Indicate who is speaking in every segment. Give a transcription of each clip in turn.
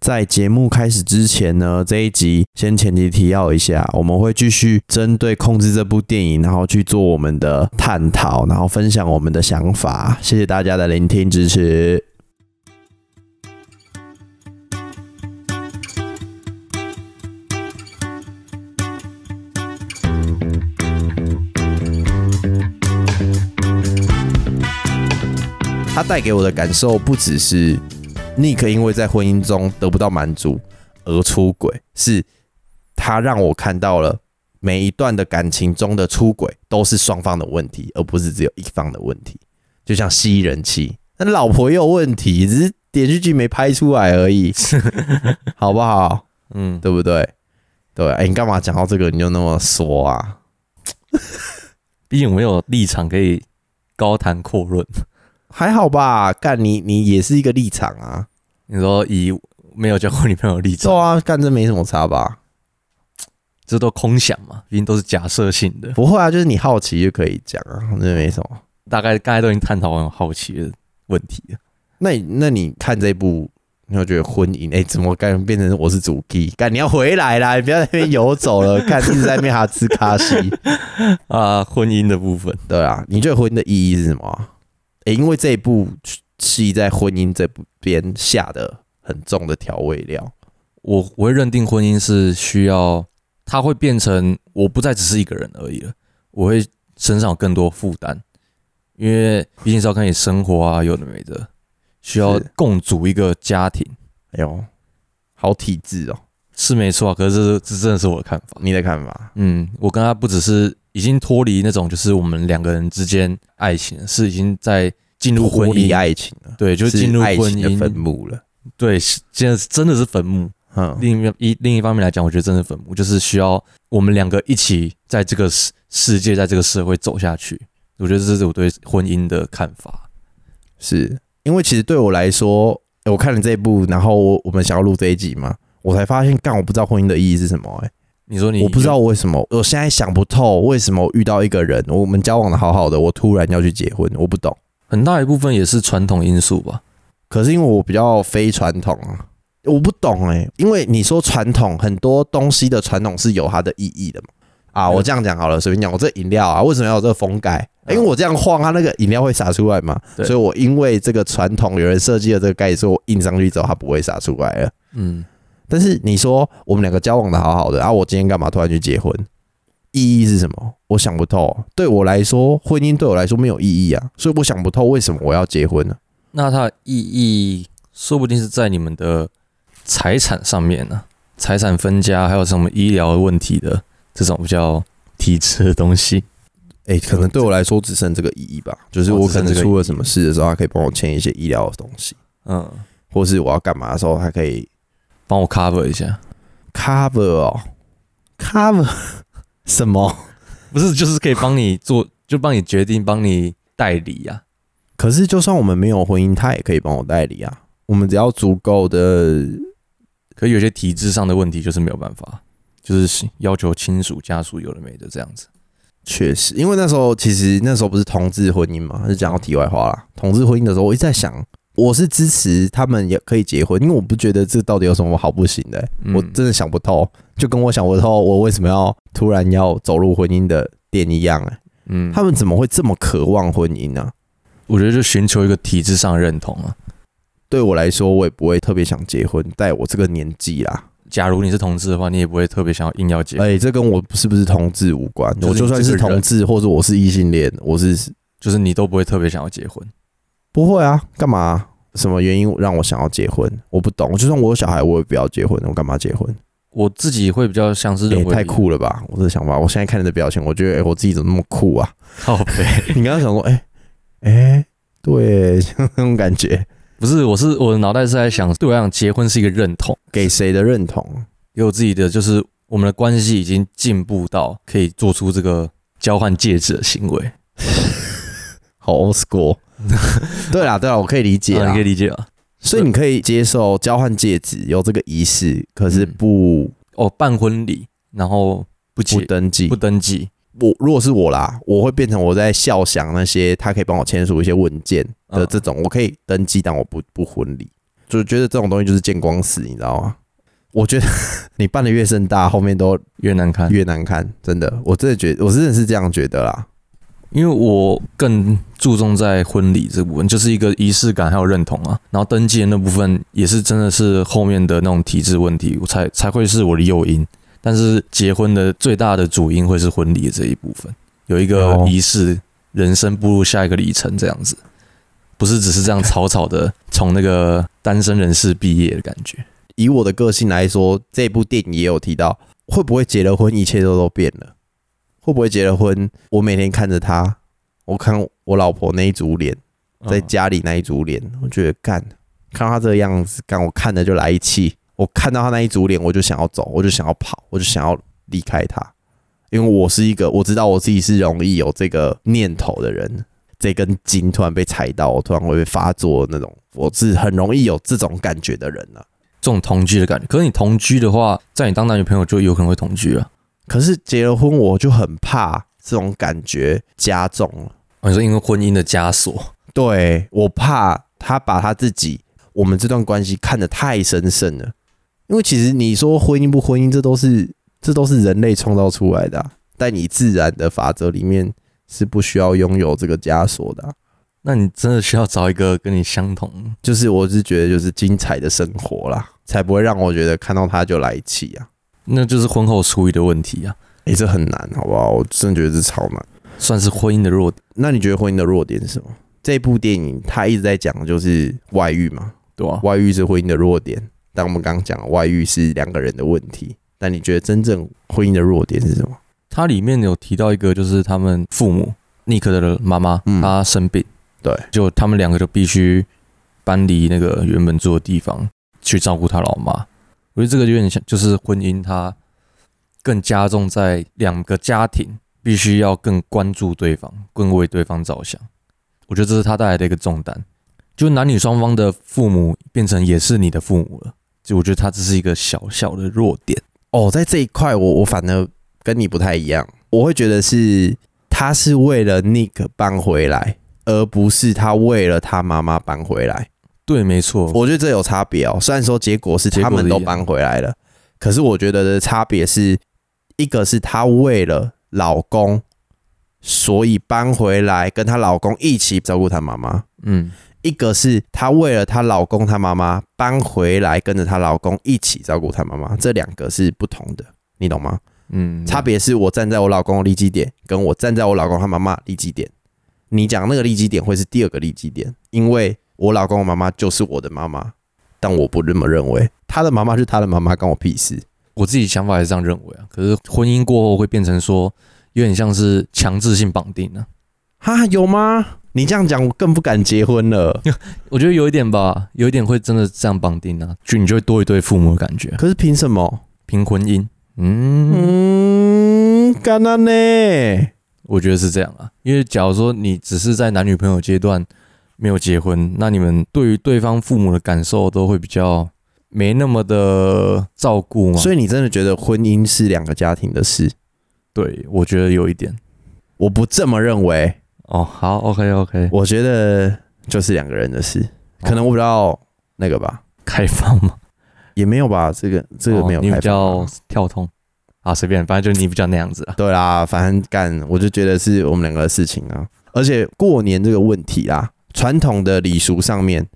Speaker 1: 在节目开始之前呢，这一集先前提提要一下，我们会继续针对《控制》这部电影，然后去做我们的探讨，然后分享我们的想法。谢谢大家的聆听支持。它带给我的感受不只是 Nick 因为在婚姻中得不到满足而出轨，是他让我看到了每一段的感情中的出轨都是双方的问题，而不是只有一方的问题。就像吸人气，那老婆也有问题，只是连续剧没拍出来而已，好不好？
Speaker 2: 嗯，
Speaker 1: 对不对？对，哎、你干嘛讲到这个你就那么说啊？
Speaker 2: 毕竟我没有立场可以高谈阔论。
Speaker 1: 还好吧，干你你也是一个立场啊，
Speaker 2: 你说以没有交过女朋友的立
Speaker 1: 对
Speaker 2: 场，
Speaker 1: 啊，干这没什么差吧？
Speaker 2: 这都空想嘛，毕竟都是假设性的。
Speaker 1: 不会啊，就是你好奇就可以讲啊，那没什么。
Speaker 2: 大概刚才都已经探讨完我好奇的问题了。
Speaker 1: 那你那你看这部，你有觉得婚姻？哎、怎么干变成我是主 key？干你要回来啦，你不要在那边游走了，干一直在那边哈兹卡西。
Speaker 2: 啊，婚姻的部分，
Speaker 1: 对啊，你觉得婚姻的意义是什么啊？哎、因为这一部戏在婚姻这边下的很重的调味料。
Speaker 2: 我我会认定婚姻是需要，它会变成我不再只是一个人而已了，我会身上有更多负担，因为毕竟是要跟你生活啊，有的没的，需要
Speaker 1: 是
Speaker 2: 共组一个家庭
Speaker 1: 哎呦，好体制哦，
Speaker 2: 是没错啊、可是这这真的是我的看法。
Speaker 1: 你的看法？
Speaker 2: 嗯，我跟他不只是已经脱离那种就是我们两个人之间爱情，是已经在进入婚
Speaker 1: 脱离
Speaker 2: 姻，
Speaker 1: 爱情了，
Speaker 2: 对，就是进入
Speaker 1: 爱
Speaker 2: 婚
Speaker 1: 情的坟
Speaker 2: 姻，
Speaker 1: 墓了。
Speaker 2: 对，是现在是真的是坟墓。
Speaker 1: 嗯，
Speaker 2: 另一一另一方面来讲，我觉得真的坟墓就是需要我们两个一起在这个世世界，在这个社会走下去。我觉得这是我对婚姻的看法。
Speaker 1: 是因为其实对我来说，欸我看了这一部，然后我我们想要录这一集嘛，我才发现，干我不知道婚姻的意义是什么、欸，
Speaker 2: 你说你
Speaker 1: 我不知道为什么，我现在想不透为什么我遇到一个人，我们交往的好好的，我突然要去结婚，我不懂。
Speaker 2: 很大一部分也是传统因素吧？
Speaker 1: 可是因为我比较非传统啊，我不懂哎、因为你说传统，很多东西的传统是有它的意义的嘛。啊，
Speaker 2: 嗯
Speaker 1: 我这样讲好了，随便讲，我这饮料啊，为什么要有这个封盖？因
Speaker 2: 嗯
Speaker 1: 为我这样晃，它那个饮料会洒出来嘛，
Speaker 2: 对
Speaker 1: 所以我因为这个传统有人设计了这个盖子，所以我印上去之后它不会洒出来了。
Speaker 2: 嗯，
Speaker 1: 但是你说我们两个交往的好好的，啊，我今天干嘛突然去结婚？意义是什么？我想不透。对我来说，婚姻对我来说没有意义啊，所以我想不透为什么我要结婚啊呢、
Speaker 2: 那它的意义说不定是在你们的财产上面呢、财产分家，还有什么医疗问题的这种比较体制的东西。
Speaker 1: 哎、可能对我来说只剩这个意义吧，就是
Speaker 2: 哦
Speaker 1: 我
Speaker 2: 只
Speaker 1: 可
Speaker 2: 剩
Speaker 1: 能
Speaker 2: 这个
Speaker 1: 出了什么事的时候，他可以帮我签一些医疗的东西，
Speaker 2: 嗯，
Speaker 1: 或是我要干嘛的时候，他可以
Speaker 2: 帮我 cover 一下，
Speaker 1: cover 哦，cover 什么？
Speaker 2: 不是就是可以帮你做，就帮你决定，帮你代理啊呀、
Speaker 1: 可是就算我们没有婚姻，他也可以帮我代理啊。我们只要足够的，
Speaker 2: 可有些体制上的问题就是没有办法，就是要求亲属家属有的没的这样子。
Speaker 1: 确实，因为那时候其实那时候不是同志婚姻嘛，是讲到题外话啦。同志婚姻的时候，我一直在想，我是支持他们也可以结婚，因为我不觉得这到底有什么好不行的欸、
Speaker 2: 嗯
Speaker 1: 我真的想不透，就跟我想不透我为什么要突然要走入婚姻的店一样、欸，
Speaker 2: 嗯，
Speaker 1: 他们怎么会这么渴望婚姻呢、
Speaker 2: 我觉得就寻求一个体制上的认同啊。
Speaker 1: 对我来说，我也不会特别想结婚，在我这个年纪啦。
Speaker 2: 假如你是同志的话，你也不会特别想要硬要结，
Speaker 1: 哎、这跟我是不是同志无关。
Speaker 2: 就是
Speaker 1: 我就算
Speaker 2: 你
Speaker 1: 是
Speaker 2: 这个人
Speaker 1: 同志，或者我是异性恋，我是
Speaker 2: 就是你都不会特别想要结婚。
Speaker 1: 不会啊，干嘛啊、什么原因让我想要结婚？我不懂。就算我有小孩，我也不要结婚，我干嘛结婚？
Speaker 2: 我自己会比较像是
Speaker 1: 也、
Speaker 2: 认为、
Speaker 1: 太，酷了吧！我的想法，我现在看你的表情，我觉得、哎，我自己怎么那么酷啊？
Speaker 2: 靠背。
Speaker 1: 你刚刚想说，哎、哎、对，像那种感觉。
Speaker 2: 不是，我是我的脑袋是在想，对我来讲，结婚是一个认同，
Speaker 1: 给谁的认同？
Speaker 2: 给我自己的就是我们的关系已经进步到可以做出这个交换戒指的行为。
Speaker 1: 好 old school。对啦，对啦，我可以理解
Speaker 2: 啊
Speaker 1: 啦。
Speaker 2: 你可以理解啊。
Speaker 1: 所以你可以接受交换戒指有这个仪式，可是
Speaker 2: 嗯
Speaker 1: 不、
Speaker 2: 哦，办婚礼，然后不结
Speaker 1: 不登记
Speaker 2: 不。登记，
Speaker 1: 我如果是我啦，我会变成我在笑想那些他可以帮我签署一些文件的
Speaker 2: 嗯
Speaker 1: 这种，我可以登记，但我不不婚礼。就觉得这种东西就是见光死，你知道吗？我觉得 你办的越盛大，后面都
Speaker 2: 越难看。
Speaker 1: 越难看，真的，我真的觉得，我真的是这样觉得啦。
Speaker 2: 因为我更注重在婚礼这部分，就是一个仪式感还有认同啊。然后登记的那部分也是真的是后面的那种体制问题，我才才会是我的诱因。但是结婚的最大的主因会是婚礼的这一部分，有一个
Speaker 1: 哦
Speaker 2: 仪式，人生步入下一个里程这样子，不是只是这样草草的从那个单身人士毕业的感觉。
Speaker 1: 以我的个性来说，这部电影也有提到，会不会结了婚，一切都都变了？会不会结了婚，我每天看着她，我看我老婆那一组脸，嗯
Speaker 2: 嗯
Speaker 1: 在家里那一组脸，我觉得干，看到她这个样子，干我看着就来气。我看到她那一组脸，我就想要走，我就想要跑，我就想要离开她，因为我是一个我知道我自己是容易有这个念头的人。这根筋突然被踩到，我突然会被发作的那种，我是很容易有这种感觉的人啊。
Speaker 2: 这种同居的感觉。可是你同居的话，在你当男女朋友就有可能会同居了。
Speaker 1: 可是结了婚，我就很怕这种感觉加重了。
Speaker 2: 哦你说因为婚姻的枷锁，
Speaker 1: 对我怕他把他自己我们这段关系看得太神圣了，因为其实你说婚姻不婚姻，这都是这都是人类创造出来的啊、在你自然的法则里面是不需要拥有这个枷锁的啊、
Speaker 2: 那你真的需要找一个跟你相同。
Speaker 1: 就是我是觉得就是精彩的生活啦，才不会让我觉得看到他就来气啊。
Speaker 2: 那就是婚后处理的问题啊，
Speaker 1: 诶、这很难，好不好？我真的觉得这超难。
Speaker 2: 算是婚姻的弱点，
Speaker 1: 那你觉得婚姻的弱点是什么？这部电影它一直在讲的就是外遇嘛，
Speaker 2: 对吧、
Speaker 1: 外遇是婚姻的弱点。但我们刚刚讲了外遇是两个人的问题，但你觉得真正婚姻的弱点是什么？
Speaker 2: 它里面有提到一个，就是他们父母尼克的妈妈，
Speaker 1: 嗯
Speaker 2: 她生病，
Speaker 1: 对，
Speaker 2: 就他们两个就必须搬离那个原本住的地方去照顾她老妈。我觉得这个有点像，就是婚姻它更加重在两个家庭必须要更关注对方，更为对方着想。我觉得这是它带来的一个重担，就男女双方的父母变成也是你的父母了。就我觉得它这是一个小小的弱点，
Speaker 1: 哦，在这一块我我反而跟你不太一样，我会觉得是他是为了 Nick 搬回来，而不是他为了他妈妈搬回来。
Speaker 2: 对，没错，
Speaker 1: 我觉得这有差别哦。虽然哦说结果是他们都搬回来了，可是我觉得的差别是一个是她为了老公，所以搬回来跟她老公一起照顾她妈妈；
Speaker 2: 嗯。
Speaker 1: 一个是她为了她老公、她妈妈搬回来跟着她老公一起照顾她妈妈。这两个是不同的，你懂吗？
Speaker 2: 嗯，
Speaker 1: 差别是我站在我老公的立基点，跟我站在我老公他妈妈的立基点。你讲那个立基点会是第二个立基点，因为我老公的妈妈就是我的妈妈，但我不这么认为。他的妈妈是他的妈妈，关我屁事。
Speaker 2: 我自己想法也是这样认为啊。可是婚姻过后会变成说，有点像是强制性绑定啊。
Speaker 1: 哈，有吗？你这样讲，我更不敢结婚了。
Speaker 2: 我觉得有一点吧，有一点会真的这样绑定啊，就你就会多一对父母的感觉，
Speaker 1: 可是凭什么？
Speaker 2: 凭婚姻。嗯，
Speaker 1: 嗯，干那呢？
Speaker 2: 我觉得是这样啊。因为假如说你只是在男女朋友阶段没有结婚，那你们对于对方父母的感受都会比较没那么的照顾嘛。
Speaker 1: 所以你真的觉得婚姻是两个家庭的事？
Speaker 2: 对，我觉得有一点。
Speaker 1: 我不这么认为。
Speaker 2: 哦，好，OK OK，
Speaker 1: 我觉得就是两个人的事，可能我比较那个吧。
Speaker 2: 开放嘛，
Speaker 1: 也没有吧，这个这个
Speaker 2: 哦
Speaker 1: 没有
Speaker 2: 你
Speaker 1: 开
Speaker 2: 比
Speaker 1: 放
Speaker 2: 较
Speaker 1: 啊。
Speaker 2: 跳通啊，随便，反正就你比较那样子啊。
Speaker 1: 对啦，反正干，我就觉得是我们两个的事情啊。而且过年这个问题啊，传统的礼俗上面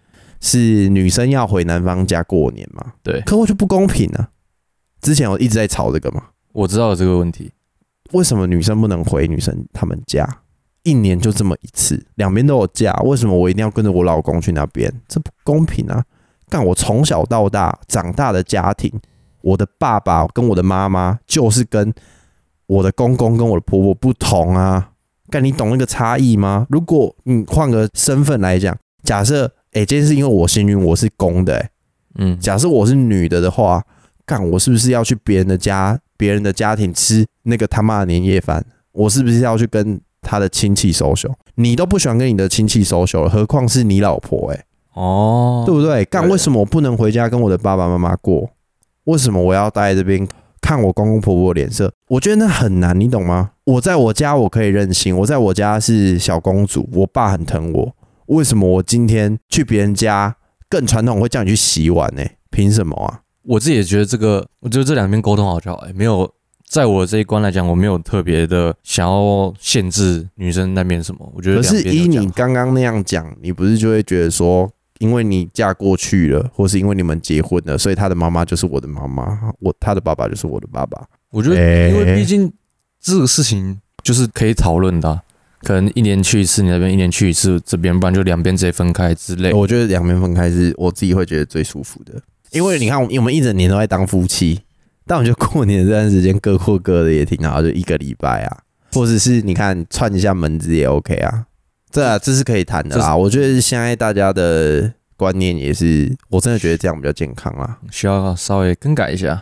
Speaker 1: 是女生要回男方家过年嘛，
Speaker 2: 对，
Speaker 1: 可我就不公平啊。之前我一直在吵这个嘛，
Speaker 2: 我知道有这个问题，
Speaker 1: 为什么女生不能回女生他们家？一年就这么一次，两边都有假，为什么我一定要跟着我老公去那边？这不公平啊！但我从小到大长大的家庭，我的爸爸跟我的妈妈就是跟我的公公跟我的婆婆不同啊。但你懂那个差异吗？如果你换个身份来讲，假设诶、今天是因为我幸运，我是公的、诶
Speaker 2: 嗯，
Speaker 1: 假设我是女的的话，干我是不是要去别人的家、别人的家庭吃那个他妈的年夜饭？我是不是要去跟他的亲戚 social？你都不喜欢跟你的亲戚 social，了何况是你老婆、欸？
Speaker 2: 哦，
Speaker 1: 对不对？干
Speaker 2: 对
Speaker 1: 为什么我不能回家跟我的爸爸妈妈过？为什么我要待在这边看我公公婆婆的脸色？我觉得那很难，你懂吗？我在我家我可以任性，我在我家是小公主，我爸很疼我。为什么我今天去别人家更传统会叫你去洗碗呢、凭什么啊？
Speaker 2: 我自己也觉得这个，我觉得这两边沟通好就好、欸，没有在我这一关来讲，我没有特别的想要限制女生那边什么。我觉得
Speaker 1: 可是
Speaker 2: 两边都
Speaker 1: 依
Speaker 2: 这样
Speaker 1: 你刚刚那样讲，你不是就会觉得说，因为你嫁过去了，或是因为你们结婚了，所以他的妈妈就是我的妈妈，我他的爸爸就是我的爸爸。
Speaker 2: 我觉得，
Speaker 1: 欸
Speaker 2: 因为毕竟这个事情就是可以讨论的啊、可能一年去一次，你那边一年去一次，这边不然就两边直接分开之类。
Speaker 1: 我觉得两边分开是我自己会觉得最舒服的，因为你看，我们我们一整年都在当夫妻，但我觉得过年这段时间各过各的也挺好，就一个礼拜啊，或者是你看串一下门子也 OK 啊，这啊这是可以谈的
Speaker 2: 这
Speaker 1: 啦。我觉得现在大家的观念也是，我真的觉得这样比较健康啦，
Speaker 2: 需要稍微更改一下，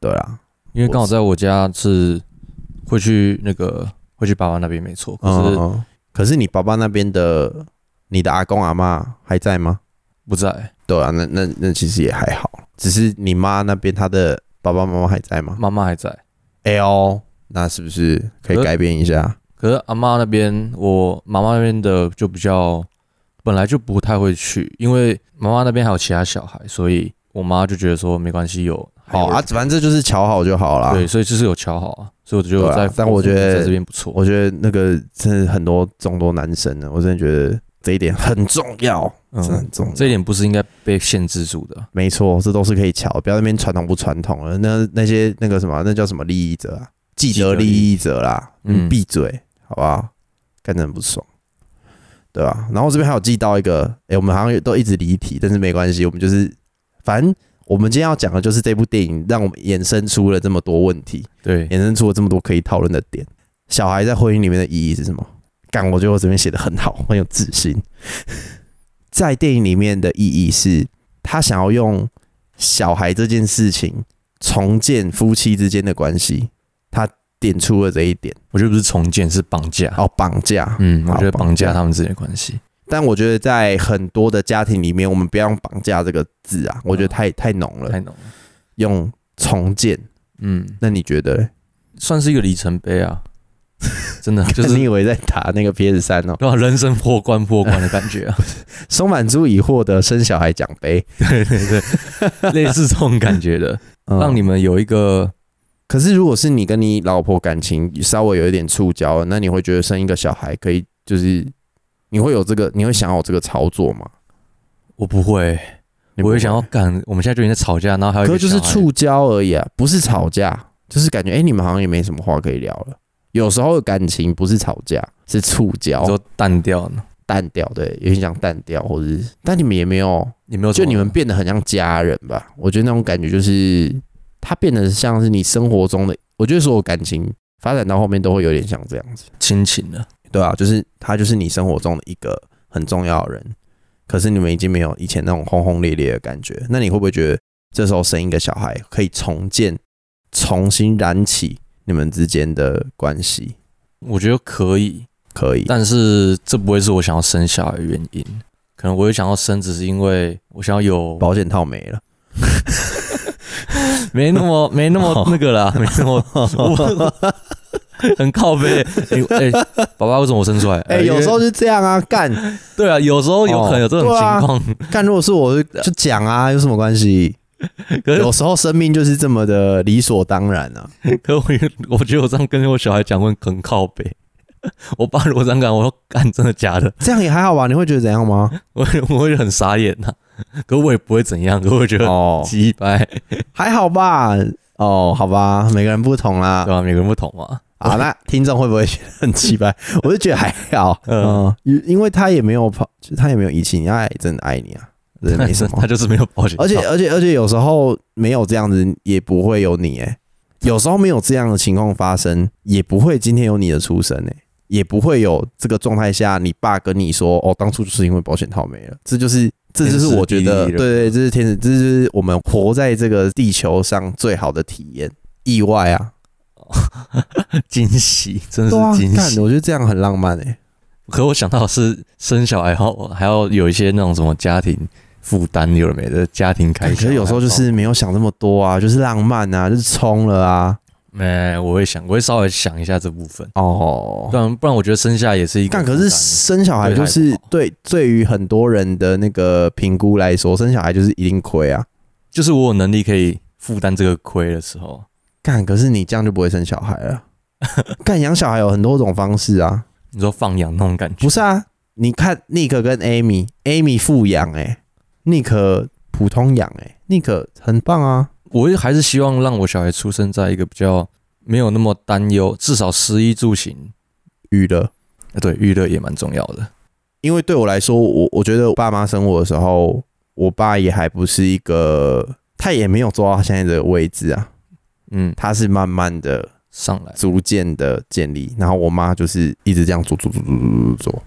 Speaker 1: 对啦，
Speaker 2: 因为刚好在我家是会去那个会去爸爸那边没错，可
Speaker 1: 嗯，
Speaker 2: 是
Speaker 1: 嗯可是你爸爸那边的，你的阿公阿妈还在吗？
Speaker 2: 不在、
Speaker 1: 对啊，那那那其实也还好，只是你妈那边她的爸爸妈妈还在吗？
Speaker 2: 妈妈还在，
Speaker 1: 哎呦，那是不是可以
Speaker 2: 可
Speaker 1: 改变一下？
Speaker 2: 可是阿妈那边我妈妈那边的就比较本来就不太会去，因为妈妈那边还有其他小孩，所以我妈就觉得说没关系，有还
Speaker 1: 好
Speaker 2: 有
Speaker 1: 啊，
Speaker 2: 人
Speaker 1: 反正这就是瞧好就好啦。
Speaker 2: 对，，所以就是有瞧好啊，所以我觉得
Speaker 1: 对
Speaker 2: 我
Speaker 1: 啊
Speaker 2: 在、
Speaker 1: 但我觉得
Speaker 2: 在这边不错。
Speaker 1: 我觉得那个真的很多众多男生啊呢，我真的觉得这一点很重要，真的
Speaker 2: 嗯
Speaker 1: 很，重要。
Speaker 2: 这一点不是应该被限制住的。
Speaker 1: 没错，这都是可以瞧，不要在那边传统不传统了。那那些那个什么，那叫什么利益者啊，既得利益者啦，
Speaker 2: 既得利益
Speaker 1: 嗯，闭嘴，好不好？干得很不爽，对吧、然后这边还有记到一个，诶，我们好像都一直离题，但是没关系，我们就是反正我们今天要讲的就是这部电影，让我们衍生出了这么多问题，
Speaker 2: 对，
Speaker 1: 衍生出了这么多可以讨论的点。小孩在婚姻里面的意义是什么？干，我觉得我这边写的很好，很有自信。在电影里面的意义是，他想要用小孩这件事情重建夫妻之间的关系，他点出了这一点。
Speaker 2: 我觉得不是重建，是绑架。
Speaker 1: 哦，绑架，
Speaker 2: 嗯，我
Speaker 1: 好
Speaker 2: 觉得绑
Speaker 1: 绑架
Speaker 2: 架他们之间的关系。
Speaker 1: 但我觉得在很多的家庭里面，我们不要用绑架这个字啊，我觉得太太浓了，
Speaker 2: 嗯太浓了。
Speaker 1: 用重建。
Speaker 2: 嗯，
Speaker 1: 那你觉得嘞？
Speaker 2: 算是一个里程碑啊， 真的啊就
Speaker 1: 就是是你以为在打那个 PS 三哦？
Speaker 2: 让人生破关破关的 感觉啊，
Speaker 1: 松满珠已获得生小孩奖杯，
Speaker 2: 对对对，类似这种感觉的，
Speaker 1: 嗯
Speaker 2: 让你们有一个
Speaker 1: 可是，如果是你跟你老婆感情稍微有一点触礁了，那你会觉得生一个小孩可以，就是你会有这个，你会想要有这个操作吗？
Speaker 2: 我不会，
Speaker 1: 你不
Speaker 2: 我会想要，干，我们现在就已经在吵架，然后还有一
Speaker 1: 可
Speaker 2: 个
Speaker 1: 是就是
Speaker 2: 小孩
Speaker 1: 触礁而已啊，不是吵架，就是感觉哎、诶你们好像也没什么话可以聊了。有时候感情不是吵架，是触
Speaker 2: 你
Speaker 1: 礁
Speaker 2: 说，淡掉呢，
Speaker 1: 淡掉，对，有点像淡掉，或者是，但你们也没有，
Speaker 2: 你没有
Speaker 1: 就
Speaker 2: 什么
Speaker 1: 你们变得很像家人吧。我觉得那种感觉就是，它变得像是你生活中的，我觉得所有感情发展到后面都会有点像这样子。
Speaker 2: 亲情了，
Speaker 1: 对啊，就是他就是你生活中的一个很重要的人，可是你们已经没有以前那种轰轰烈烈的感觉。那你会不会觉得这时候生一个小孩可以重建、重新燃起你们之间的关系？
Speaker 2: 我觉得可以，
Speaker 1: 可以，
Speaker 2: 但是这不会是我想要生小孩的原因，可能我会想要生，只是因为我想要有
Speaker 1: 保险套没了，
Speaker 2: 没那么没那么那 个啦，没那么 我很靠背。哎、哎爸爸为什么我生出来？
Speaker 1: 哎、
Speaker 2: 呃
Speaker 1: 有时候
Speaker 2: 因为
Speaker 1: 是这样啊，干
Speaker 2: 对啊，有时候有可能有这种
Speaker 1: 哦对啊
Speaker 2: 情况，
Speaker 1: 干，如果是我就讲啊，有什么关 系？
Speaker 2: 可是
Speaker 1: 有时候生命就是这么的理所当然啊。
Speaker 2: 可我我觉得我这样跟我小孩讲会很靠背。 我爸如果这样讲，我说干真的假的，
Speaker 1: 这样也还好吧？你会觉得怎样吗？
Speaker 2: 我会我会很傻眼呐、可我也不会怎样，可我会觉得
Speaker 1: 哦，
Speaker 2: 鸡掰，
Speaker 1: 还好吧。哦，好吧，每个人不同啦
Speaker 2: 对。吧、每个人不同嘛。
Speaker 1: 好，那听众会不会觉得很奇 怪？我就觉得还好，嗯
Speaker 2: 嗯，
Speaker 1: 因因为他也没有跑，就他也没有移情，他也真的爱你 啊，真的没什
Speaker 2: 他
Speaker 1: 么。
Speaker 2: 就是没有保险套，
Speaker 1: 而且而且而且有时候没有这样子，也不会有你哎、有时候没有这样的情况发生，也不会今天有你的出生哎、也不会有这个状态下，你爸跟你说哦，当初就是因为保险套没了，这就是这就是我觉得
Speaker 2: 天时地利
Speaker 1: 对
Speaker 2: 人
Speaker 1: 对，这是天使，这就是我们活在这个地球上最好的体验，意外啊，
Speaker 2: 惊喜，真
Speaker 1: 对啊
Speaker 2: 的是，惊
Speaker 1: 干
Speaker 2: 喜。
Speaker 1: 我觉得这样很浪漫哎、
Speaker 2: 可我想到的是生小孩后还要有一些那种什么家庭负担，有了没的家庭开
Speaker 1: 可
Speaker 2: 销。
Speaker 1: 是有时候就是没有想那么多啊，就是浪漫啊，就是冲了啊，
Speaker 2: 没、我会想，我会稍微想一下这部分，
Speaker 1: 哦
Speaker 2: 不。然不然我觉得生下也是一个
Speaker 1: 但
Speaker 2: 负担。啊
Speaker 1: 可是生小孩就
Speaker 2: 对
Speaker 1: 是
Speaker 2: 他也不好
Speaker 1: 对对于很多人的那个评估来说，生小孩就是一定亏啊。
Speaker 2: 就是我有能力可以负担这个亏的时候，
Speaker 1: 干，可是你这样就不会生小孩了。干养小孩有很多种方式啊，
Speaker 2: 你说放养那种感觉，
Speaker 1: 不是啊？你看 Nick 跟 Amy，Amy 富养哎，Nick 普通养哎、欸、，Nick 很棒啊。
Speaker 2: 我还是希望让我小孩出生在一个比较没有那么担忧，至少食衣住行，
Speaker 1: 娱乐，
Speaker 2: 呃对，娱乐也蛮重要的。
Speaker 1: 因为对我来说，我我觉得我爸妈生我的时候，我爸也还不是一个，他也没有做到他现在的位置啊，
Speaker 2: 嗯，
Speaker 1: 他是慢慢的、
Speaker 2: 上来，
Speaker 1: 逐渐的建立，然后我妈就是一直这样做做做做做做做。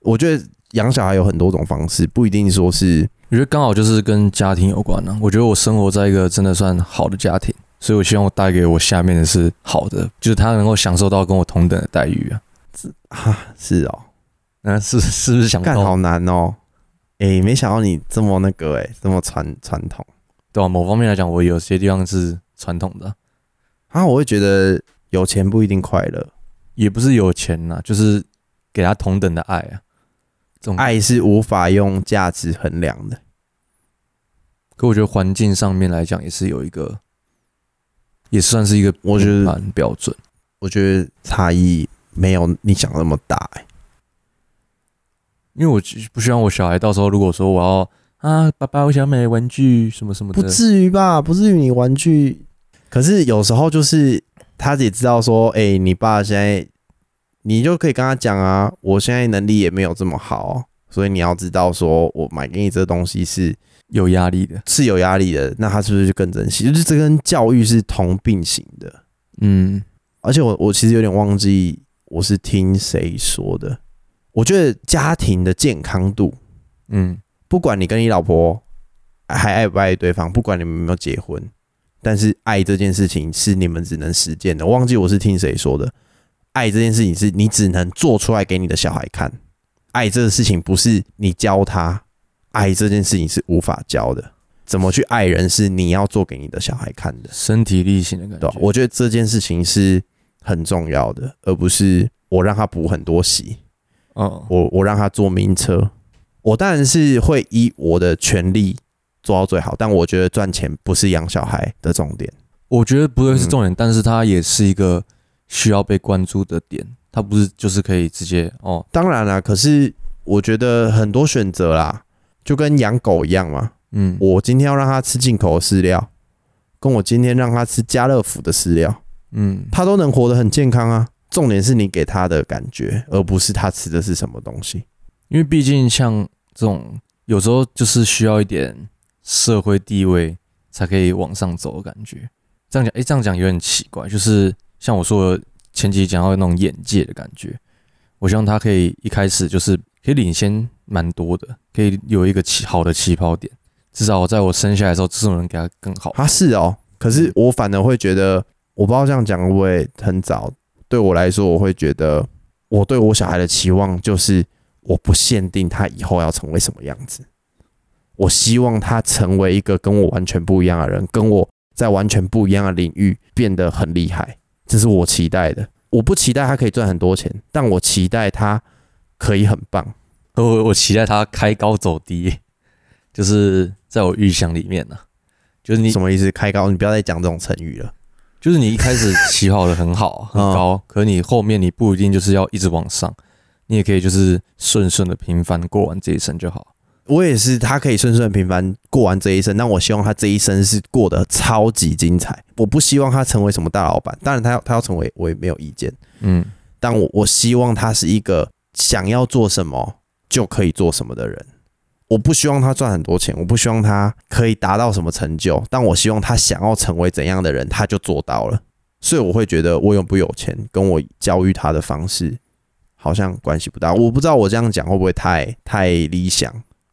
Speaker 1: 我觉得养小孩有很多种方式，不一定说是
Speaker 2: 我觉得刚好就是跟家庭有关呢、啊我觉得我生活在一个真的算好的家庭，所以我希望我带给我下面的是好的，就是他能够享受到跟我同等的待遇啊。
Speaker 1: 啊，是哦，
Speaker 2: 那是是不是想
Speaker 1: 干好
Speaker 2: 到
Speaker 1: 难哦。诶，没想到你这么那个诶，欸这么传传统
Speaker 2: 对吧、某方面来讲，我有些地方是传统的啊、
Speaker 1: 啊！我会觉得有钱不一定快乐，
Speaker 2: 也不是有钱呐、就是给他同等的爱啊。这种，
Speaker 1: 爱是无法用价值衡量的。
Speaker 2: 可我觉得环境上面来讲也是有一个，也算是一个
Speaker 1: 我觉得
Speaker 2: 蛮标准。
Speaker 1: 我觉得差异没有你想那么大、欸。
Speaker 2: 因为我就不希望我小孩到时候如果说我要啊，爸爸，我想买玩具什么什么
Speaker 1: 不
Speaker 2: 的，
Speaker 1: 至于吧？不至于你玩具。可是有时候就是他也知道说，哎、你爸现在，你就可以跟他讲啊，我现在能力也没有这么好，所以你要知道说我买给你这东西是
Speaker 2: 有压力的。
Speaker 1: 是有压力的，那他是不是就更珍惜？就是这跟教育是同并行的。
Speaker 2: 嗯，
Speaker 1: 而且我我其实有点忘记我是听谁说的。我觉得家庭的健康度
Speaker 2: 嗯，
Speaker 1: 不管你跟你老婆还爱不爱对方，不管你们有没有结婚，但是爱这件事情是你们只能实践的。我忘记我是听谁说的，爱这件事情是你只能做出来给你的小孩看。爱这个事情不是你教他，爱这件事情是无法教的。怎么去爱人是你要做给你的小孩看的。
Speaker 2: 身体力行的感
Speaker 1: 对
Speaker 2: 觉。
Speaker 1: 啊、我觉得这件事情是很重要的，而不是我让他补很多习，
Speaker 2: 嗯，
Speaker 1: 我我让他坐名车，我当然是会依我的权利做到最好，但我觉得赚钱不是养小孩的重点。
Speaker 2: 我觉得不会是重点，
Speaker 1: 嗯
Speaker 2: 但是它也是一个需要被关注的点。它不是就是可以直接哦，
Speaker 1: 当然啦、可是我觉得很多选择啦，就跟养狗一样嘛，
Speaker 2: 嗯，
Speaker 1: 我今天要让它吃进口的饲料，跟我今天让它吃家乐福的饲料，
Speaker 2: 嗯，
Speaker 1: 它都能活得很健康啊。重点是你给它的感觉，而不是它吃的是什么东西。
Speaker 2: 因为毕竟像这种有时候就是需要一点社会地位才可以往上走的感觉。这样讲，诶，这样讲有点奇怪，就是像我说的前期讲到那种眼界的感觉，我希望他可以一开始就是可以领先蛮多的，可以有一个起好的起跑点，至少我在我生下来的时候，至少能给他更好。
Speaker 1: 啊，是哦。可是我反而会觉得，我不知道这样讲会不会很早。对我来说，我会觉得我对我小孩的期望就是，我不限定他以后要成为什么样子，我希望他成为一个跟我完全不一样的人，跟我在完全不一样的领域变得很厉害，这是我期待的。我不期待他可以赚很多钱，但我期待他可以很棒。
Speaker 2: 我我期待他开高走低，就是在我预想里面呢、就是你
Speaker 1: 什么意思？开高，你不要再讲这种成语了。
Speaker 2: 就是你一开始起跑的很 好很
Speaker 1: 嗯
Speaker 2: 高，可你后面你不一定就是要一直往上，你也可以就是顺顺的平凡过完这一生就好。
Speaker 1: 我也是，他可以顺顺平凡过完这一生，但我希望他这一生是过得超级精彩。我不希望他成为什么大老板，当然他要他要成为，我也没有意见。
Speaker 2: 嗯，
Speaker 1: 但我我希望他是一个想要做什么就可以做什么的人。我不希望他赚很多钱，我不希望他可以达到什么成就，但我希望他想要成为怎样的人，他就做到了。所以我会觉得我有不有钱，跟我教育他的方式好像关系不大。我不知道我这样讲会不会太太理想。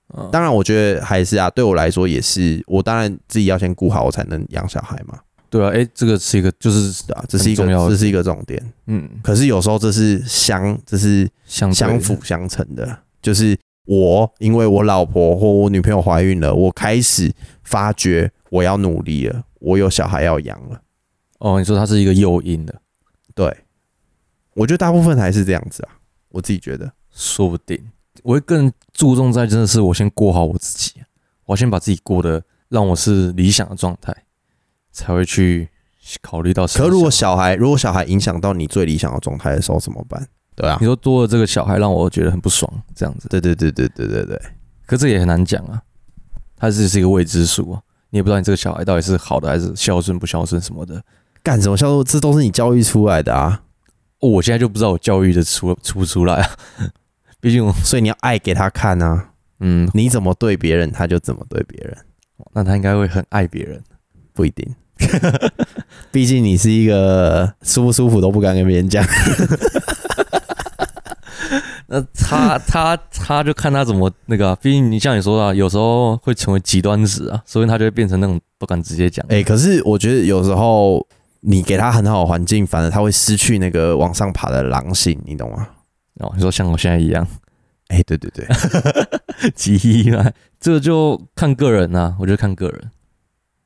Speaker 2: 呃
Speaker 1: 当然，我觉得还是啊，对我来说也是，我当然自己要先顾好，我才能养小孩嘛，
Speaker 2: 对啊，诶，这个是一个就是
Speaker 1: 对啊，这是一个
Speaker 2: 很重要的
Speaker 1: 这是一个重点。
Speaker 2: 嗯
Speaker 1: 可是有时候这是相，这是
Speaker 2: 相
Speaker 1: 相
Speaker 2: 嗯对的
Speaker 1: 辅相成的，就是我因为我老婆或我女朋友怀孕了，我开始发觉我要努力了，我有小孩要养了，
Speaker 2: 哦，你说它是一个诱因的，
Speaker 1: 对，我觉得大部分还是这样子啊，我自己觉得。
Speaker 2: 说不定我会更注重在真的是我先过好我自己，我要先把自己过得让我是理想的状态，才会去考虑到生小
Speaker 1: 可
Speaker 2: 孩。
Speaker 1: 如果小孩，如果小孩影响到你最理想的状态的时候怎么办？对啊
Speaker 2: 你，说多了这个小孩让我觉得很不爽，这样子，
Speaker 1: 对对对对对对对，
Speaker 2: 可这也很难讲啊，它只是一个未知数啊，你也不知道你这个小孩到底是好的还是孝顺不孝顺什么的。
Speaker 1: 干什么叫做这都是你教育出来的啊，
Speaker 2: 哦我现在就不知道我教育的出出不出来啊， 毕竟我
Speaker 1: 所以你要爱给他看啊，
Speaker 2: 嗯，
Speaker 1: 你怎么对别人，他就怎么对别人，
Speaker 2: 那他应该会很爱别人。
Speaker 1: 不一定。 毕竟你是一个舒不舒服都不敢跟别人讲，
Speaker 2: 那他 他他就看他怎么那个、啊，毕竟你像你说的、啊，有时候会成为极端子啊，所以他就会变成那种不敢直接讲。
Speaker 1: 哎、可是我觉得有时候你给他很好的环境，反而他会失去那个往上爬的狼性，你懂吗？
Speaker 2: 哦，你说像我现在一样，
Speaker 1: 哎、对对 对，
Speaker 2: 极依赖，这个就看个人啊，我觉得看个人，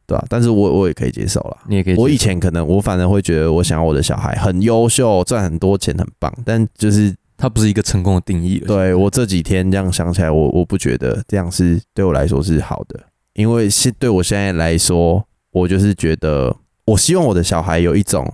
Speaker 1: 对啊，但是我我也可以接受啦。
Speaker 2: 你也可以接受。
Speaker 1: 我以前可能我反而会觉得，我想要我的小孩很优秀，赚很多钱，很棒。但就是
Speaker 2: 他不是一个成功的定义了，
Speaker 1: 对我这几天这样想起来，我我不觉得这样是对我来说是好的，因为现对我现在来说，我就是觉得，我希望我的小孩有一种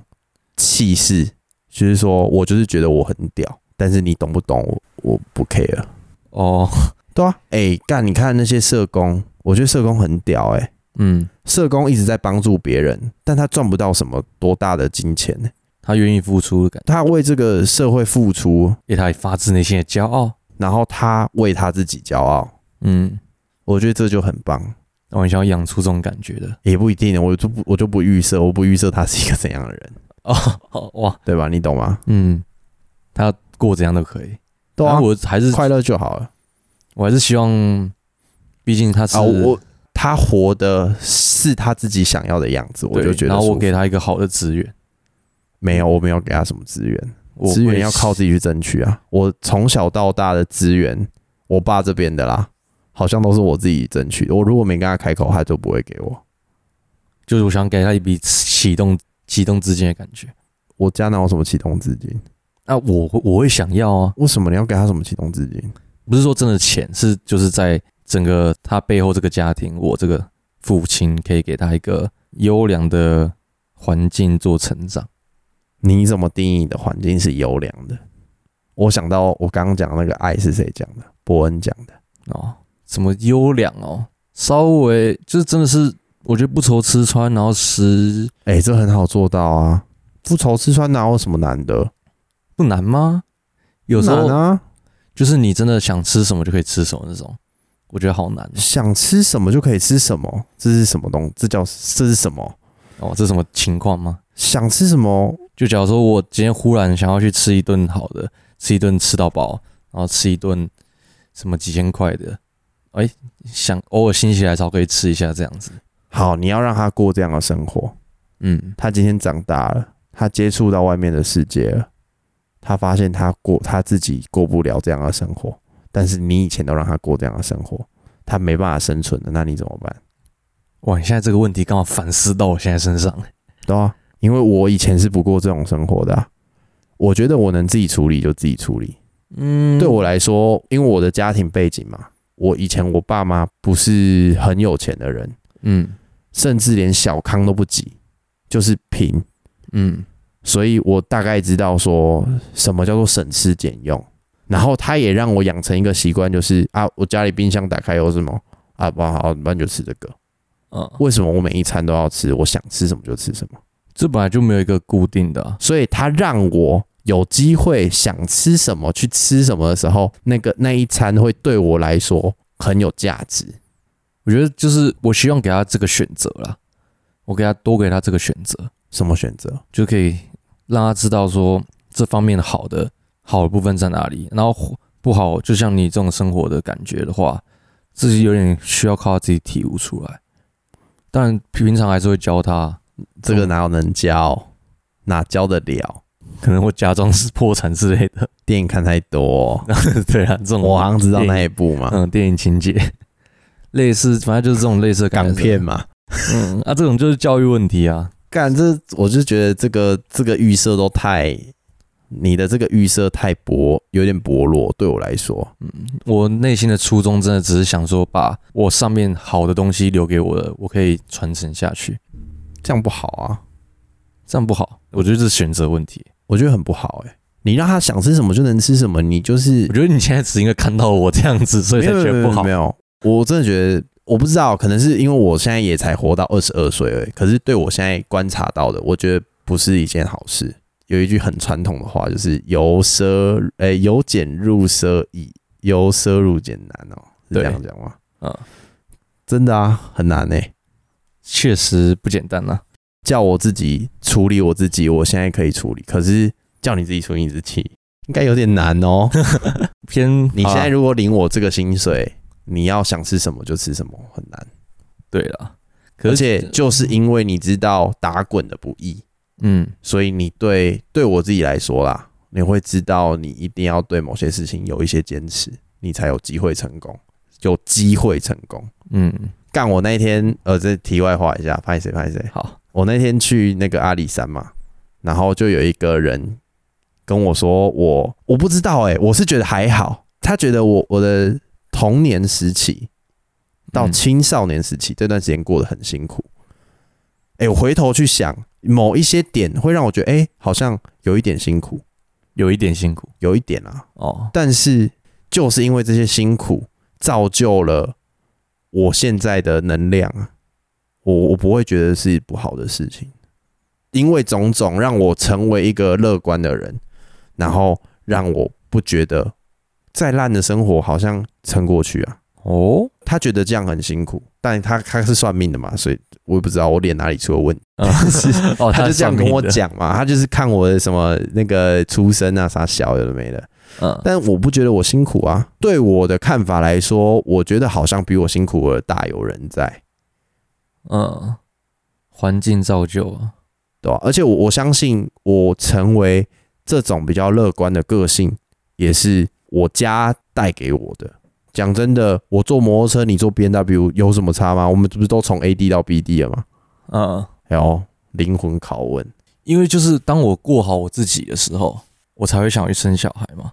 Speaker 1: 气势，就是说我就是觉得我很屌，但是你懂不懂我我不 care。
Speaker 2: 哦，
Speaker 1: 对啊，哎、干，你看那些社工，我觉得社工很屌、欸，哎，
Speaker 2: 嗯，
Speaker 1: 社工一直在帮助别人，但他赚不到什么多大的金钱、欸
Speaker 2: 他愿意付出的感觉，
Speaker 1: 他为这个社会付出，
Speaker 2: 也他也发自内心的骄傲，
Speaker 1: 然后他为他自己骄傲，
Speaker 2: 嗯，
Speaker 1: 我觉得这就很棒。
Speaker 2: 那我想要养出这种感觉的。
Speaker 1: 也不一定，啊我就不我就不预设，我不预设他是一个怎样的 人，
Speaker 2: 哦哦哇，
Speaker 1: 对吧？你懂吗？
Speaker 2: 嗯，他过怎样都可以。
Speaker 1: 对啊
Speaker 2: 但，我还是
Speaker 1: 快乐就好了
Speaker 2: 我还是希望，毕竟他是、
Speaker 1: 啊！我他活的是他自己想要的样子，我
Speaker 2: 对
Speaker 1: 就觉得
Speaker 2: 然后
Speaker 1: 舒
Speaker 2: 我
Speaker 1: 服
Speaker 2: 给他一个好的资源，
Speaker 1: 没有，我没有给他什么资源，
Speaker 2: 我
Speaker 1: 资源
Speaker 2: 会
Speaker 1: 要靠自
Speaker 2: 己。
Speaker 1: 己去争取啊！我从小到大的资源，我爸这边的啦，好像都是我自己争取的。我如果没跟他开口，他就不会给我。
Speaker 2: 就是我想给他一笔启动启动资金的感觉。
Speaker 1: 我家哪有什么启动资金？
Speaker 2: 那我会我会想要啊，
Speaker 1: 为什么你要给他什么启动资金？
Speaker 2: 不是说真的钱，是就是在整个他背后这个家庭，我这个父亲可以给他一个优良的环境做成长。
Speaker 1: 你怎么定义你的环境是优良的？我想到我刚刚讲那个爱是谁讲的？伯恩讲的。
Speaker 2: 哦，什么优良哦，稍微就是真的是，我觉得不愁吃穿，然后食
Speaker 1: 哎、这很好做到啊，不愁吃穿哪有什么难的？
Speaker 2: 不难吗？有时候
Speaker 1: 难啊，
Speaker 2: 就是你真的想吃什么就可以吃什么那种，我觉得好难哦
Speaker 1: 想吃什么就可以吃什么，这是什么东这叫这是什么？
Speaker 2: 哦。这是什么情况吗？
Speaker 1: 想吃什么？
Speaker 2: 就假如说我今天忽然想要去吃一顿好的，吃一顿吃到饱，然后吃一顿什么几千块的，哎，想偶尔心血来潮可以吃一下这样子。
Speaker 1: 好，你要让他过这样的生活。
Speaker 2: 嗯，
Speaker 1: 他今天长大了，他接触到外面的世界了，他发现他过他自己过不了这样的生活，但是你以前都让他过这样的生活，他没办法生存的，那你怎么办？
Speaker 2: 哇，你现在这个问题刚好反思到我现在身上。
Speaker 1: 对啊，因为我以前是不过这种生活的啊、我觉得我能自己处理就自己处理。
Speaker 2: 嗯，
Speaker 1: 对我来说，因为我的家庭背景嘛，我以前我爸妈不是很有钱的人，
Speaker 2: 嗯
Speaker 1: 甚至连小康都不及，就是贫，
Speaker 2: 嗯，
Speaker 1: 所以我大概知道说什么叫做省吃俭用。然后他也让我养成一个习惯，就是啊，我家里冰箱打开有什么啊，不好，那就吃这个。
Speaker 2: 啊，
Speaker 1: 为什么我每一餐都要吃？我想吃什么就吃什么。
Speaker 2: 这本来就没有一个固定的啊、
Speaker 1: 所以他让我有机会想吃什么去吃什么的时候，那个那一餐会对我来说很有价值。
Speaker 2: 我觉得就是我希望给他这个选择啦，我给他多给他这个选择，
Speaker 1: 什么选择？
Speaker 2: 就可以让他知道说这方面的好的好的部分在哪里，然后不好，就像你这种生活的感觉的话，自己有点需要靠他自己体悟出来。但平常还是会教他，
Speaker 1: 这个哪有能教？哪教得了？
Speaker 2: 可能会假装是破产之类的。
Speaker 1: 电影看太 多，
Speaker 2: 对啊，这种
Speaker 1: 我好像知道那
Speaker 2: 电影
Speaker 1: 一部嘛，
Speaker 2: 嗯电影情节，类似反正就是这种类似的感
Speaker 1: 港
Speaker 2: 觉
Speaker 1: 片嘛。
Speaker 2: 嗯，啊，这种就是教育问题啊，
Speaker 1: 干这，我就觉得这个这个预设都太，你的这个预设太薄，有点薄弱，对我来说，
Speaker 2: 我内心的初衷真的只是想说，把我上面好的东西留给我的，我可以传承下去，
Speaker 1: 这样不好啊，
Speaker 2: 这样不好。我觉得这是选择问题。
Speaker 1: 我觉得很不好哎、你让他想吃什么就能吃什么，你就是
Speaker 2: 我觉得你现在只应该看到我这样子，所以
Speaker 1: 没
Speaker 2: 才
Speaker 1: 有没
Speaker 2: 觉
Speaker 1: 有
Speaker 2: 得
Speaker 1: 没
Speaker 2: 不
Speaker 1: 有
Speaker 2: 好
Speaker 1: 没。有，我真的觉得我不知道，可能是因为我现在也才活到二十二岁而已。可是对我现在观察到的，我觉得不是一件好事。有一句很传统的话，就是由奢诶、由俭入奢易，由奢入俭难哦、是这
Speaker 2: 对
Speaker 1: 样讲吗？
Speaker 2: 嗯，
Speaker 1: 真的啊，很难诶、
Speaker 2: 确实不简单啊。
Speaker 1: 叫我自己处理我自己，我现在可以处理，可是叫你自己处理你自己，应该有点难 哦、
Speaker 2: 偏
Speaker 1: 你现在
Speaker 2: 啊
Speaker 1: 如果领我这个薪水，你要想吃什么就吃什么，很难。
Speaker 2: 对了，
Speaker 1: 而
Speaker 2: 可是
Speaker 1: 且就是因为你知道打滚的不易，
Speaker 2: 嗯，
Speaker 1: 所以你对对我自己来说啦，你会知道你一定要对某些事情有一些坚持，你才有机会成功，有机会成功。
Speaker 2: 嗯，
Speaker 1: 干我那天，呃，这题外话一下，拍谁拍谁。
Speaker 2: 好，
Speaker 1: 我那天去那个阿里山嘛，然后就有一个人跟我说我，我不知道哎、我是觉得还好，他觉得我我的童年时期到
Speaker 2: 嗯
Speaker 1: 青少年时期、这段时间过得很辛苦。哎、我回头去想，某一些点会让我觉得，哎、好像有一点辛苦，
Speaker 2: 有一点辛苦
Speaker 1: 有一点啊，
Speaker 2: 哦。
Speaker 1: 但是就是因为这些辛苦，造就了我现在的能量啊。我我不会觉得是不好的事情，因为种种让我成为一个乐观的人，然后让我不觉得再烂的生活好像撑过去啊。
Speaker 2: 哦，
Speaker 1: 他觉得这样很辛苦，但他他是算命的嘛，所以我也不知道我脸哪里出了问题。
Speaker 2: 嗯 哦，
Speaker 1: 他
Speaker 2: 是
Speaker 1: 就这样
Speaker 2: 算
Speaker 1: 跟
Speaker 2: 命
Speaker 1: 我
Speaker 2: 的，
Speaker 1: 讲嘛，他就是看我的什么那个出身啊啥小有的没的，
Speaker 2: 嗯，
Speaker 1: 但我不觉得我辛苦啊。对我的看法来说，我觉得好像比我辛苦的大有人在，
Speaker 2: 嗯，环境造就啊，
Speaker 1: 对吧、而且我我相信，我成为这种比较乐观的个性，也是我家带给我的。讲真的，我坐摩托车，你坐 B N W 有什么差吗？我们不是都从 A D 到 B D 了吗？
Speaker 2: 嗯，
Speaker 1: 哎呦，灵魂拷问，
Speaker 2: 因为就是当我过好我自己的时候，我才会想去生小孩嘛。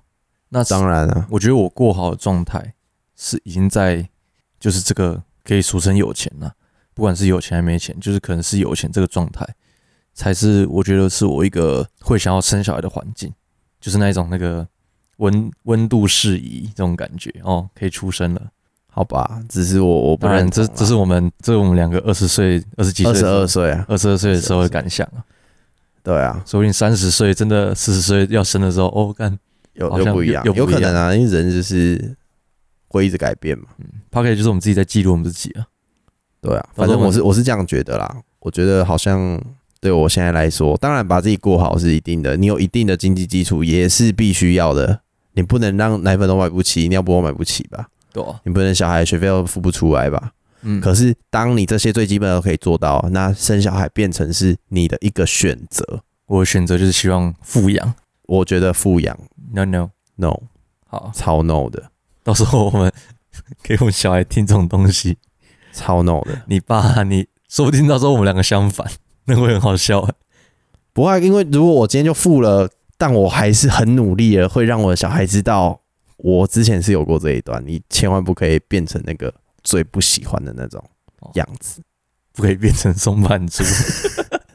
Speaker 2: 那
Speaker 1: 当然啊，
Speaker 2: 我觉得我过好的状态是已经在，就是这个可以俗称有钱了、不管是有钱还没钱，就是可能是有钱这个状态，才是我觉得是我一个会想要生小孩的环境，就是那一种那个温温度适宜这种感觉哦，可以出生了。
Speaker 1: 好吧，只是我我不
Speaker 2: 当然
Speaker 1: 认
Speaker 2: 这，
Speaker 1: 同啊
Speaker 2: 这是我们这是我们两个二十岁、二十几
Speaker 1: 二
Speaker 2: 岁的
Speaker 1: 十
Speaker 2: 时候、
Speaker 1: 二岁啊，
Speaker 2: 二十二岁的时候的感想啊，
Speaker 1: 对啊，
Speaker 2: 说不定三十岁真的四十岁要生的时候，哦，干
Speaker 1: 有
Speaker 2: 好
Speaker 1: 有
Speaker 2: 像
Speaker 1: 不一
Speaker 2: 有
Speaker 1: 样，
Speaker 2: 有不
Speaker 1: 有可
Speaker 2: 一样
Speaker 1: 能啊，因为人就是会一直改变嘛。
Speaker 2: p o c k e t 就是我们自己在记录我们自己啊。
Speaker 1: 对啊，
Speaker 2: 到
Speaker 1: 反
Speaker 2: 时候
Speaker 1: 正我
Speaker 2: 我
Speaker 1: 是我是这样觉得啦。我觉得好像对我现在来说，当然把自己过好是一定的，你有一定的经济基础也是必须要的。你不能让奶粉都买不起，尿布都买不起吧？
Speaker 2: 对啊，
Speaker 1: 你不能小孩学费都付不出来吧？
Speaker 2: 嗯，
Speaker 1: 可是当你这些最基本的都可以做到，那生小孩变成是你的一个选择。
Speaker 2: 我的选择就是希望富养
Speaker 1: 我觉得富养
Speaker 2: ，no no，
Speaker 1: no
Speaker 2: 好，
Speaker 1: 超 no 的，
Speaker 2: 到时候我们 给我们小孩听这种东西，
Speaker 1: 超 no 的。
Speaker 2: 你爸你说不定到时候我们两个相反，那会很好笑、欸。
Speaker 1: 不会啊，因为如果我今天就付了，但我还是很努力了，会让我的小孩知道我之前是有过这一段。你千万不可以变成那个最不喜欢的那种
Speaker 2: 哦
Speaker 1: 样子。
Speaker 2: 不可以变成松板猪，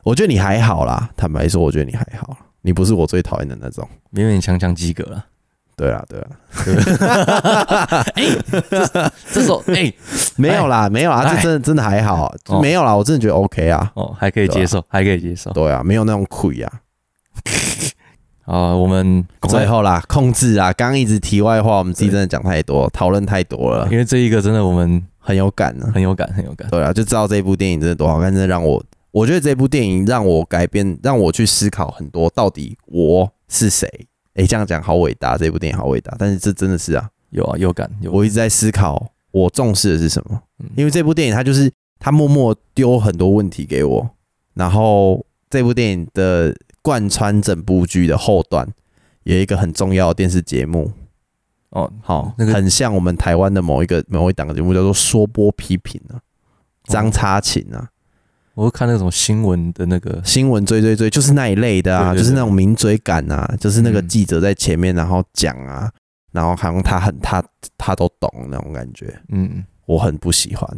Speaker 1: 我觉得你还好啦，坦白说，我觉得你还好啦，你不是我最讨厌的那种。
Speaker 2: 勉勉强强及格了。
Speaker 1: 对啦，对啊啦，
Speaker 2: 哎、这时候哎、
Speaker 1: 没有啦，没有啦，
Speaker 2: 哎
Speaker 1: 这真的真的还好，
Speaker 2: 哦
Speaker 1: 没有啦，我真的觉得 OK 啊。
Speaker 2: 哦，还可以接受，还可以接受。
Speaker 1: 对啊，没有那种亏啊。
Speaker 2: 啊，我们
Speaker 1: 最后啦，控制啊，刚刚一直题外话，我们自己真的讲太多，讨论太多了
Speaker 2: 因，为这一个真的我们
Speaker 1: 很有感呢、
Speaker 2: 很有感，很有感。
Speaker 1: 对啊，就知道这部电影真的多好看，真的让我，我觉得这部电影让我改变，让我去思考很多，到底我是谁。诶，这样讲好伟大，这部电影好伟大，但是这真的是啊，
Speaker 2: 有啊，有感，有
Speaker 1: 我一直在思考我重视的是什么
Speaker 2: 嗯，
Speaker 1: 因为这部电影它就是它默默丢很多问题给我，然后这部电影的贯穿整部剧的后段有一个很重要的电视节目，
Speaker 2: 哦，
Speaker 1: 好，
Speaker 2: 那个
Speaker 1: 很像我们台湾的某一个某一档节目叫做《说播批评》啊，张插琴啊，
Speaker 2: 我会看那种新闻的那个，
Speaker 1: 新闻追追追，就是那一类的啊，
Speaker 2: 对对对
Speaker 1: 就是那种名嘴感啊，就是那个
Speaker 2: 嗯
Speaker 1: 记者在前面，然后讲啊，然后好像他很他他都懂那种感觉，
Speaker 2: 嗯，
Speaker 1: 我很不喜欢。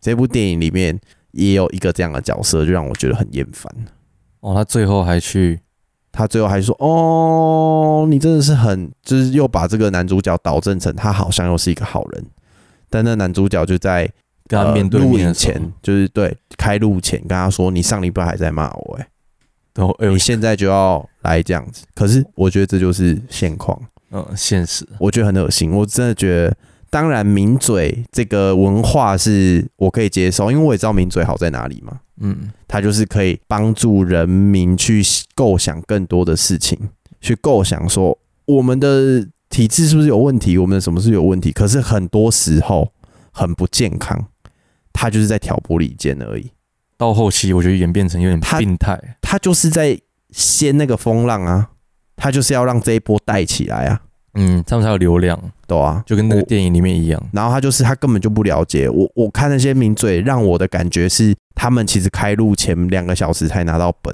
Speaker 1: 这部电影里面也有一个这样的角色，就让我觉得很厌烦。
Speaker 2: 哦，他最后还去，
Speaker 1: 他最后还说：“哦，你真的是很，就是又把这个男主角导正成他好像又是一个好人。”但那男主角就在
Speaker 2: 跟他面对
Speaker 1: 呃录
Speaker 2: 面
Speaker 1: 影
Speaker 2: 的时候
Speaker 1: 前，就是对开录前跟他说：“你上礼拜还在骂我、欸，
Speaker 2: 然后哎呦
Speaker 1: 你，现在就要来这样子。可是我觉得这就是现况，
Speaker 2: 嗯，现实，
Speaker 1: 我觉得很恶心。我真的觉得，当然名嘴这个文化是我可以接受，因为我也知道名嘴好在哪里嘛，
Speaker 2: 嗯
Speaker 1: 它就是可以帮助人民去构想更多的事情，去构想说我们的体制是不是有问题，我们的什么是有问题。可是很多时候很不健康，他就是在挑拨离间而已，
Speaker 2: 到后期我觉得演变成有点
Speaker 1: 他
Speaker 2: 病态，
Speaker 1: 他就是在掀那个风浪啊，他就是要让这一波带起来啊。
Speaker 2: 嗯，他们才有流量，
Speaker 1: 对啊，
Speaker 2: 就跟那个
Speaker 1: 我
Speaker 2: 电影里面一样，
Speaker 1: 然后他就是他根本就不了解我，我看那些名嘴，让我的感觉是他们其实开录前两个小时才拿到本，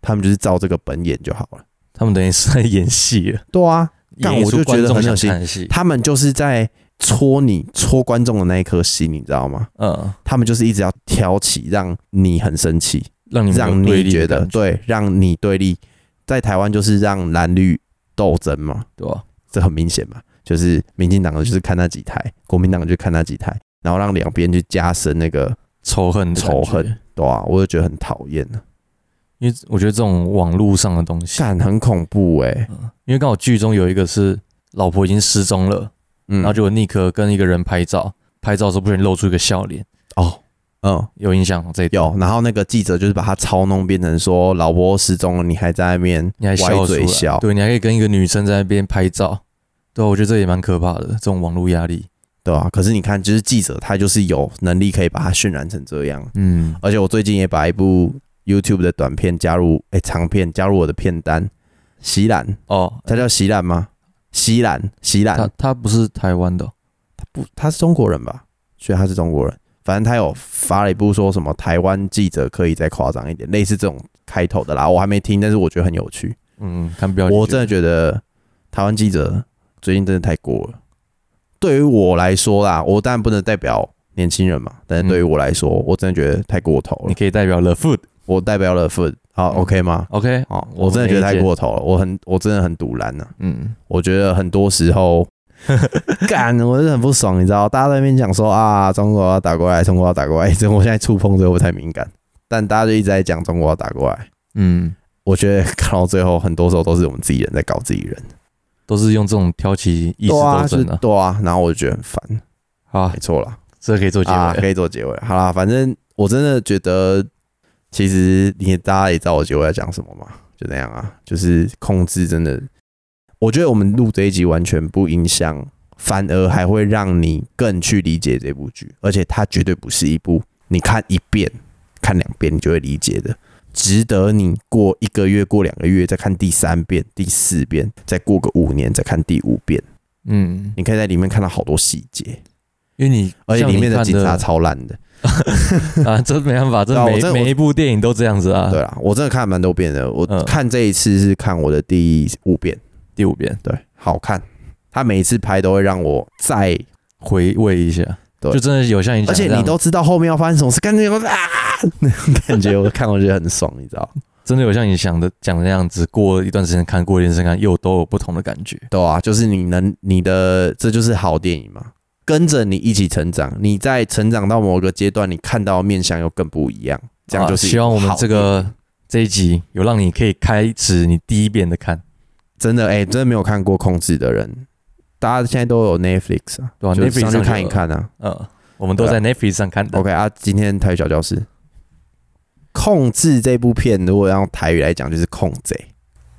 Speaker 1: 他们就是照这个本演就好了。
Speaker 2: 他们等于是在演戏了，
Speaker 1: 对啊，但
Speaker 2: 演
Speaker 1: 我
Speaker 2: 出
Speaker 1: 就觉得
Speaker 2: 观众
Speaker 1: 很
Speaker 2: 想
Speaker 1: 恶心
Speaker 2: 看的戏，
Speaker 1: 他们就是在戳你，戳观众的那一颗心，你知道吗？
Speaker 2: 嗯，
Speaker 1: 他们就是一直要挑起，让你很生气，
Speaker 2: 让你们嗯有
Speaker 1: 让
Speaker 2: 对
Speaker 1: 你
Speaker 2: 立
Speaker 1: 觉
Speaker 2: 的
Speaker 1: 得
Speaker 2: 感觉
Speaker 1: 对，让你对立。在台湾就是让蓝绿斗争嘛，
Speaker 2: 对吧？
Speaker 1: 这很明显嘛，就是民进党的就是看那几台，国民党的就看那几台，然后让两边去加深那个
Speaker 2: 仇恨的感觉
Speaker 1: 仇恨，对啊，我就觉得很讨厌了，
Speaker 2: 因为我觉得这种网络上的东西，
Speaker 1: 干
Speaker 2: 嗯
Speaker 1: 很恐怖哎、
Speaker 2: 因为刚好剧中有一个是老婆已经失踪了，
Speaker 1: 嗯，
Speaker 2: 然后就有尼克跟一个人拍照，拍照的时候不小心露出一个笑脸，
Speaker 1: 哦，嗯，
Speaker 2: 有影响这一段。
Speaker 1: 有，然后那个记者就是把他操弄变成说老婆失踪了，你还在那边
Speaker 2: 你还笑
Speaker 1: 歪
Speaker 2: 得出来
Speaker 1: 嘴笑，
Speaker 2: 对你还可以跟一个女生在那边拍照，对啊、我觉得这也蛮可怕的，这种网络压力。
Speaker 1: 对啊，可是你看，就是记者他就是有能力可以把它渲染成这样，
Speaker 2: 嗯，
Speaker 1: 而且我最近也把一部 YouTube 的短片加入，哎、长片加入我的片单，席兰，
Speaker 2: 哦，
Speaker 1: 他叫席兰吗？席兰，席兰
Speaker 2: 他，他不是台湾的哦，
Speaker 1: 不，他是中国人吧？所以他是中国人。反正他有发了一部说什么台湾记者可以再夸张一点，类似这种开头的啦。我还没听，但是我觉得很有趣。
Speaker 2: 嗯，看标题
Speaker 1: 我
Speaker 2: 就
Speaker 1: 真的觉得台湾记者最近真的太过了。对于我来说啦，我当然不能代表年轻人嘛，但是对于我来说，我真的觉得太过头了
Speaker 2: 嗯你。可以代表了 food。
Speaker 1: 我代表了 Food，好、
Speaker 2: 嗯
Speaker 1: OK 吗？
Speaker 2: OK，
Speaker 1: 哦，我真的觉得
Speaker 2: 没意
Speaker 1: 太
Speaker 2: 见
Speaker 1: 过头了，我很我真的很堵啊然呢、
Speaker 2: 嗯，
Speaker 1: 我觉得很多时 候，干，我是很不爽，你知道，大家在那边讲说啊，中国要打过来，中国要打过来，这我现在触碰这个我太敏感，但大家就一直在讲中国要打过来。
Speaker 2: 嗯，
Speaker 1: 我觉得看到最后，很多时候都是我们自己人在搞自己人，
Speaker 2: 都是用这种挑起意识
Speaker 1: 对啊，
Speaker 2: 斗
Speaker 1: 是
Speaker 2: 争的。
Speaker 1: 对啊，然后我就觉得很烦，
Speaker 2: 好啊
Speaker 1: 没，错啦，
Speaker 2: 这可以做结尾
Speaker 1: 啊，
Speaker 2: 了。
Speaker 1: 可以做结尾，好啦，反正我真的觉得，其实你大家也知道我结尾要讲什么嘛，就那样啊，就是控制真的，我觉得我们录这一集完全不影响，反而还会让你更去理解这部剧，而且它绝对不是一部你看一遍、看两遍你就会理解的。值得你过一个月、过两个月再看第三遍、第四遍，再过个五年再看第五遍，
Speaker 2: 嗯，
Speaker 1: 你可以在里面看到好多细节，
Speaker 2: 因为你
Speaker 1: 而且
Speaker 2: 像
Speaker 1: 里
Speaker 2: 你
Speaker 1: 面的
Speaker 2: 看
Speaker 1: 警察超烂的。
Speaker 2: 啊， 这没办法，这
Speaker 1: 对啊我
Speaker 2: 每、
Speaker 1: 这
Speaker 2: 每一部电影都这样子啊。
Speaker 1: 对，啦，我真的看了蛮多遍的。我
Speaker 2: 嗯
Speaker 1: 看这一次是看我的第五遍，
Speaker 2: 第五遍
Speaker 1: 对，好看。他每一次拍都会让我在，
Speaker 2: 回味一下，
Speaker 1: 对
Speaker 2: 就真的有像你
Speaker 1: 而
Speaker 2: 讲这
Speaker 1: 且
Speaker 2: 样，
Speaker 1: 你都知道后面要发生什么事，感觉有啊，那种感觉我看我觉得很爽，你知 道？
Speaker 2: 真的有像你想的讲的那样子，过一段时间看，过一段时间看，又都有不同的感觉。
Speaker 1: 对啊，就是你能你的，这就是好电影嘛。跟着你一起成长，你在成长到某个阶段，你看到的面相又更不一样，这样就是、
Speaker 2: 啊希望我们这个这一集有让你可以开始你第一遍的看，
Speaker 1: 真的哎、真的没有看过控制的人，大家现在都有 Netflix 啊，
Speaker 2: 对吧、
Speaker 1: 就
Speaker 2: n e t f l
Speaker 1: 上去
Speaker 2: i 上
Speaker 1: 看
Speaker 2: 就
Speaker 1: 一
Speaker 2: 有，
Speaker 1: 看啊。
Speaker 2: 嗯，我们都在 Netflix 上看的。
Speaker 1: OK 啊，今天台语小教室，《控制》这部片，如果用台语来讲，就是控制。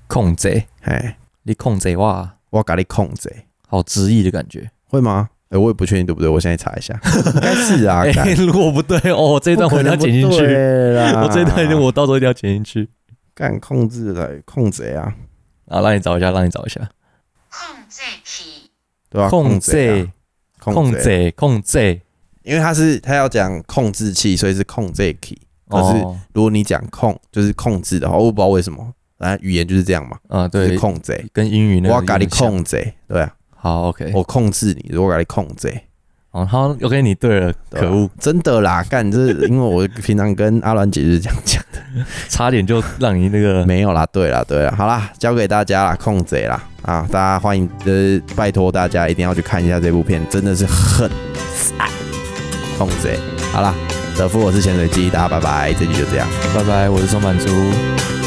Speaker 2: 控贼，
Speaker 1: 哎，
Speaker 2: 你控贼哇，
Speaker 1: 我咖喱控制，
Speaker 2: 好直译的感觉。
Speaker 1: 会吗？哎、我也不确定对不对，我现在查一下，应该是啊。
Speaker 2: 哎、
Speaker 1: 干
Speaker 2: 如果不对哦，这一段我一定要剪进
Speaker 1: 不可能不
Speaker 2: 去，
Speaker 1: 对啦
Speaker 2: 我这一段一定我到时候一定要剪进去。
Speaker 1: 干控制的控制啊，
Speaker 2: 啊，让你找一下，让你找一下，
Speaker 3: 控制器。
Speaker 1: 对吧、啊？
Speaker 2: 控
Speaker 1: 制
Speaker 2: 贼，
Speaker 1: 啊，控
Speaker 2: 控
Speaker 1: 制，
Speaker 2: 贼，控贼，
Speaker 1: 因为他是他要讲控制器，所以是控制 key。可是
Speaker 2: 哦
Speaker 1: 如果你讲控，就是控制的话，我不知道为什么，反正语言就是这样嘛，
Speaker 2: 啊，
Speaker 1: 就是
Speaker 2: 对，
Speaker 1: 控贼，
Speaker 2: 跟英语那个哎
Speaker 1: 我给你
Speaker 2: 有点像。
Speaker 1: 控贼，对啊，
Speaker 2: 好，OK，
Speaker 1: 我控制你，我给你控贼。
Speaker 2: 哦，好，OK，你对了，
Speaker 1: 对啊
Speaker 2: 可恶，，
Speaker 1: 真的啦， 干这是因为我平常跟阿鸾姐就是这样讲的，
Speaker 2: 差点就让你那个
Speaker 1: 没有啦，对啦，对啦，好啦，交给大家啦，控贼啦，啊，大家欢迎，呃，拜托大家一定要去看一下这部片，真的是很赞，控贼。好啦，德夫，我是潜水机，大家拜拜，这集就这样。
Speaker 2: 拜拜，我是松满猪。